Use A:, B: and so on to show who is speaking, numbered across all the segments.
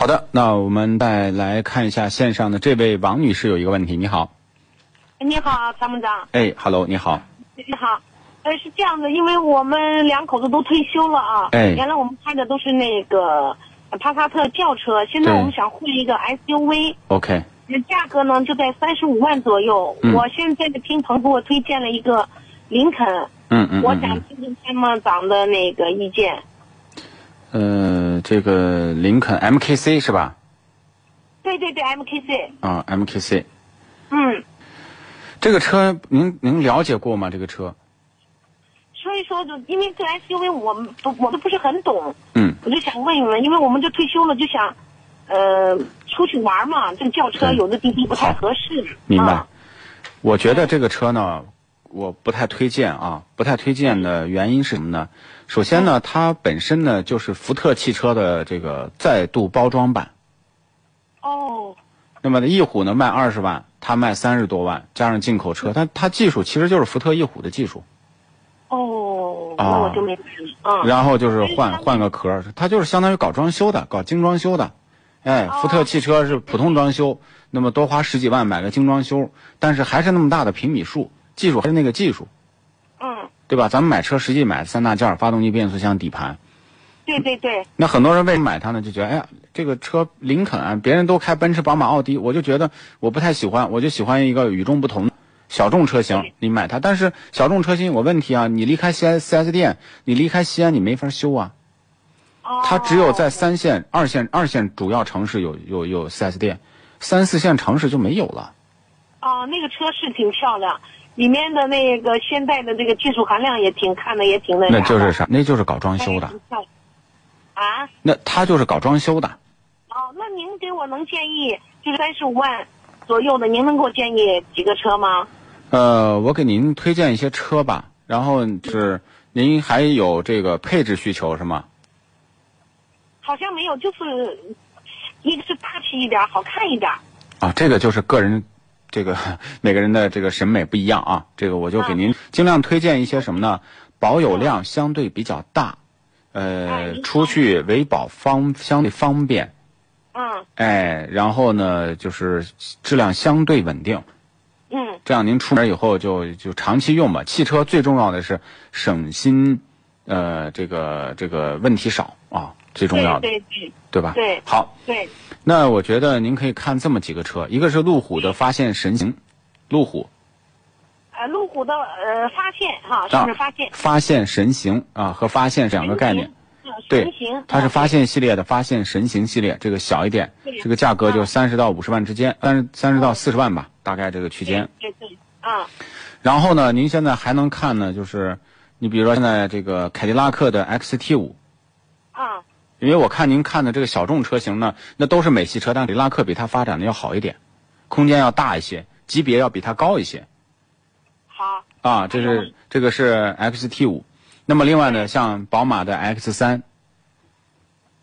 A: 好的，那我们再来看一下线上的这位王女士有一个问题，你好，
B: 哎你好，参谋长，
A: 哎，hello，你好，
B: 你好。呃，是这样的，因为我们两口子都退休了啊。
A: 哎
B: 原来我们开的都是那个呃帕萨特轿车，现在
A: 对
B: 我们想换一个 SUV，
A: ，OK，
B: 那价格呢就在三十五万左右。
A: 嗯
B: 我现在听朋友给我推荐了一个林肯，
A: 嗯嗯，
B: 我
A: 嗯
B: 想听听参谋长的那个意见。
A: 嗯呃，这个林肯 MKC 是吧？
B: 对对对，MKC，
A: 啊、m k c
B: 嗯，
A: 这个车您您了解过吗？这个车，
B: 所以说就因为这 SUV 我们不我都不是很懂，
A: 嗯，
B: 我就想问一问，因为我们就退休了，就想，呃，出去玩嘛。这个轿车
A: 对
B: 有的地方不太合适。
A: 嗯明白
B: 啊。
A: 我觉得这个车呢，我不太推荐啊，不太推荐的原因是什么呢？首先
B: 嗯
A: 呢，它本身呢就是福特汽车的这个再度包装版，
B: 哦，
A: 那么呢，翼虎呢卖二十万，它卖三十多万，加上进口车，它它技术其实就是福特翼虎的技术，
B: 哦，
A: 啊
B: 那我就明白了。嗯，
A: 然后就是换
B: 嗯
A: 换个壳儿，它就是相当于搞装修的，搞精装修的。哎，
B: 哦
A: 福特汽车是普通装修，那么多花十几万买个精装修，但是还是那么大的平米数，技术还是那个技术，
B: 嗯，
A: 对吧？咱们买车实际买三大件儿：发动机、变速箱、底盘。
B: 对对对，
A: 那很多人为什么买它呢？就觉得哎呀，这个车林肯啊，别人都开奔驰、宝马、奥迪，我就觉得我不太喜欢，我就喜欢一个与众不同的小众车型
B: 对。
A: 你买它，但是小众车型有个问题啊，你离开 4S 4S 店，你离开西安，你没法修啊。
B: 哦，
A: 它只有在三线、二线、二线主要城市有有有 4S 店，三四线城市就没有了。
B: 哦，那个车是挺漂亮，里面的那个现代的这个技术含量也挺看的也挺那啥
A: 那
B: 的
A: 就是啥？那就是搞装
B: 哎
A: 修的
B: 挺。漂亮啊，
A: 那它就是搞装修的。
B: 哦，那您给我能建议就是三十五万左右的，您能给我建议几个车吗？
A: 呃，我给您推荐一些车吧，然后是您还有这个配置需求是吗？
B: 好像没有，就是一个是大气一点，好看一点。
A: 啊，这个就是个人，这个每个人的这个审美不一样啊。这个我就给
B: 嗯
A: 您尽量推荐一些什么呢？保有量相对比较大，
B: 哎
A: 呃，出去维保方相对方便，
B: 嗯
A: 哎，然后呢就是质量相对稳定，
B: 嗯，
A: 这样您出门以后就就长期用吧。汽车最重要的是省心，呃，这个这个问题少啊，最重
B: 对
A: 要的
B: 对对
A: 对吧？
B: 对
A: 好，
B: 对，
A: 那我觉得您可以看这么几个车，一个是路虎的发现神行，路虎
B: 呃，路虎的呃发现哈，是不是发现？
A: 发现神行啊和发现是啊两个概念，
B: 嗯。
A: 对
B: 神行，
A: 它是发
B: 现。
A: 现系列的发现神行系列，这个小一点
B: 对，
A: 这个价格就三十到五十万之间，三十三十到四十万吧，大概这个区间。
B: 对对对，啊
A: 然后呢，您现在还能看呢，就是你比如说现在这个凯迪拉克的 XT 五，
B: 啊
A: 因为我看您看的这个小众车型呢，那都是美系车，但凯迪拉克比它发展的要好一点，空间要大一些，级别要比它高一些。
B: 好，
A: 啊，这是这个是 XT 五，那么另外呢，像宝马的 X 三、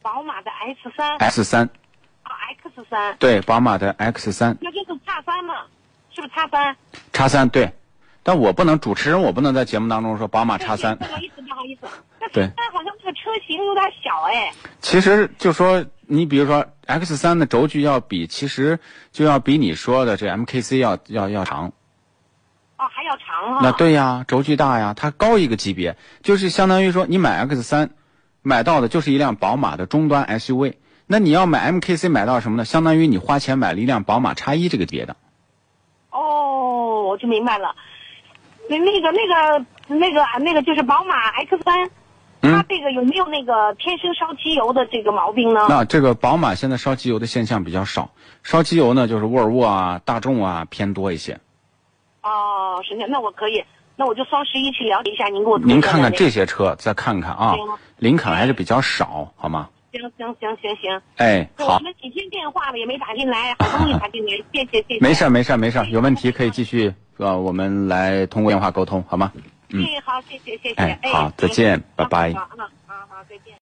B: 宝马的 S 三
A: S 三，
B: 啊 X 三，
A: 对，宝马的 X 三、
B: 那就是 X 三嘛，是不是 X 三？
A: x 三，对，但我不能主持人，我不能在节目当中说宝马 x 啊三
B: 不，好意思不好意思，那
A: 对
B: X 三好像这个车型有点小哎。
A: 其实就说你比如说 X 三的轴距要比，其实就要比你说的这 MKC 要要要长，
B: 哦，还要长哈。
A: 那。对呀，轴距大呀，它高一个级别，就是相当于说你买 X 三，买到的就是一辆宝马的终端 SUV。那你要买 MKC 买到什么呢？相当于你花钱买了一辆宝马叉一这个级别的。
B: 哦，我就明白了。那那个那个那个那个就是宝马 X 三，
A: 嗯
B: 它这个有没有那个天生烧机油的这个毛病呢？
A: 那这个宝马现在烧机油的现象比较少，烧机油呢就是沃尔沃啊、大众啊偏多一些。
B: 哦，是那那我可以，那我就双十一去了解一下，您给我推荐
A: 您
B: 的
A: 看看
B: 那
A: 这些车，再看看啊
B: 行，
A: 林肯还是比较少，好吗？
B: 行行行行行，
A: 哎，
B: 我
A: 好，
B: 们几天电话了也没打进来，好不容易打进来，谢谢谢谢。
A: 没事儿没事儿没事儿，有问题可以继续呃，我们来通过电话沟通，好吗？
B: 哎，好，谢谢谢谢。
A: 嗯哎好再见拜拜
B: 好好好好，再见。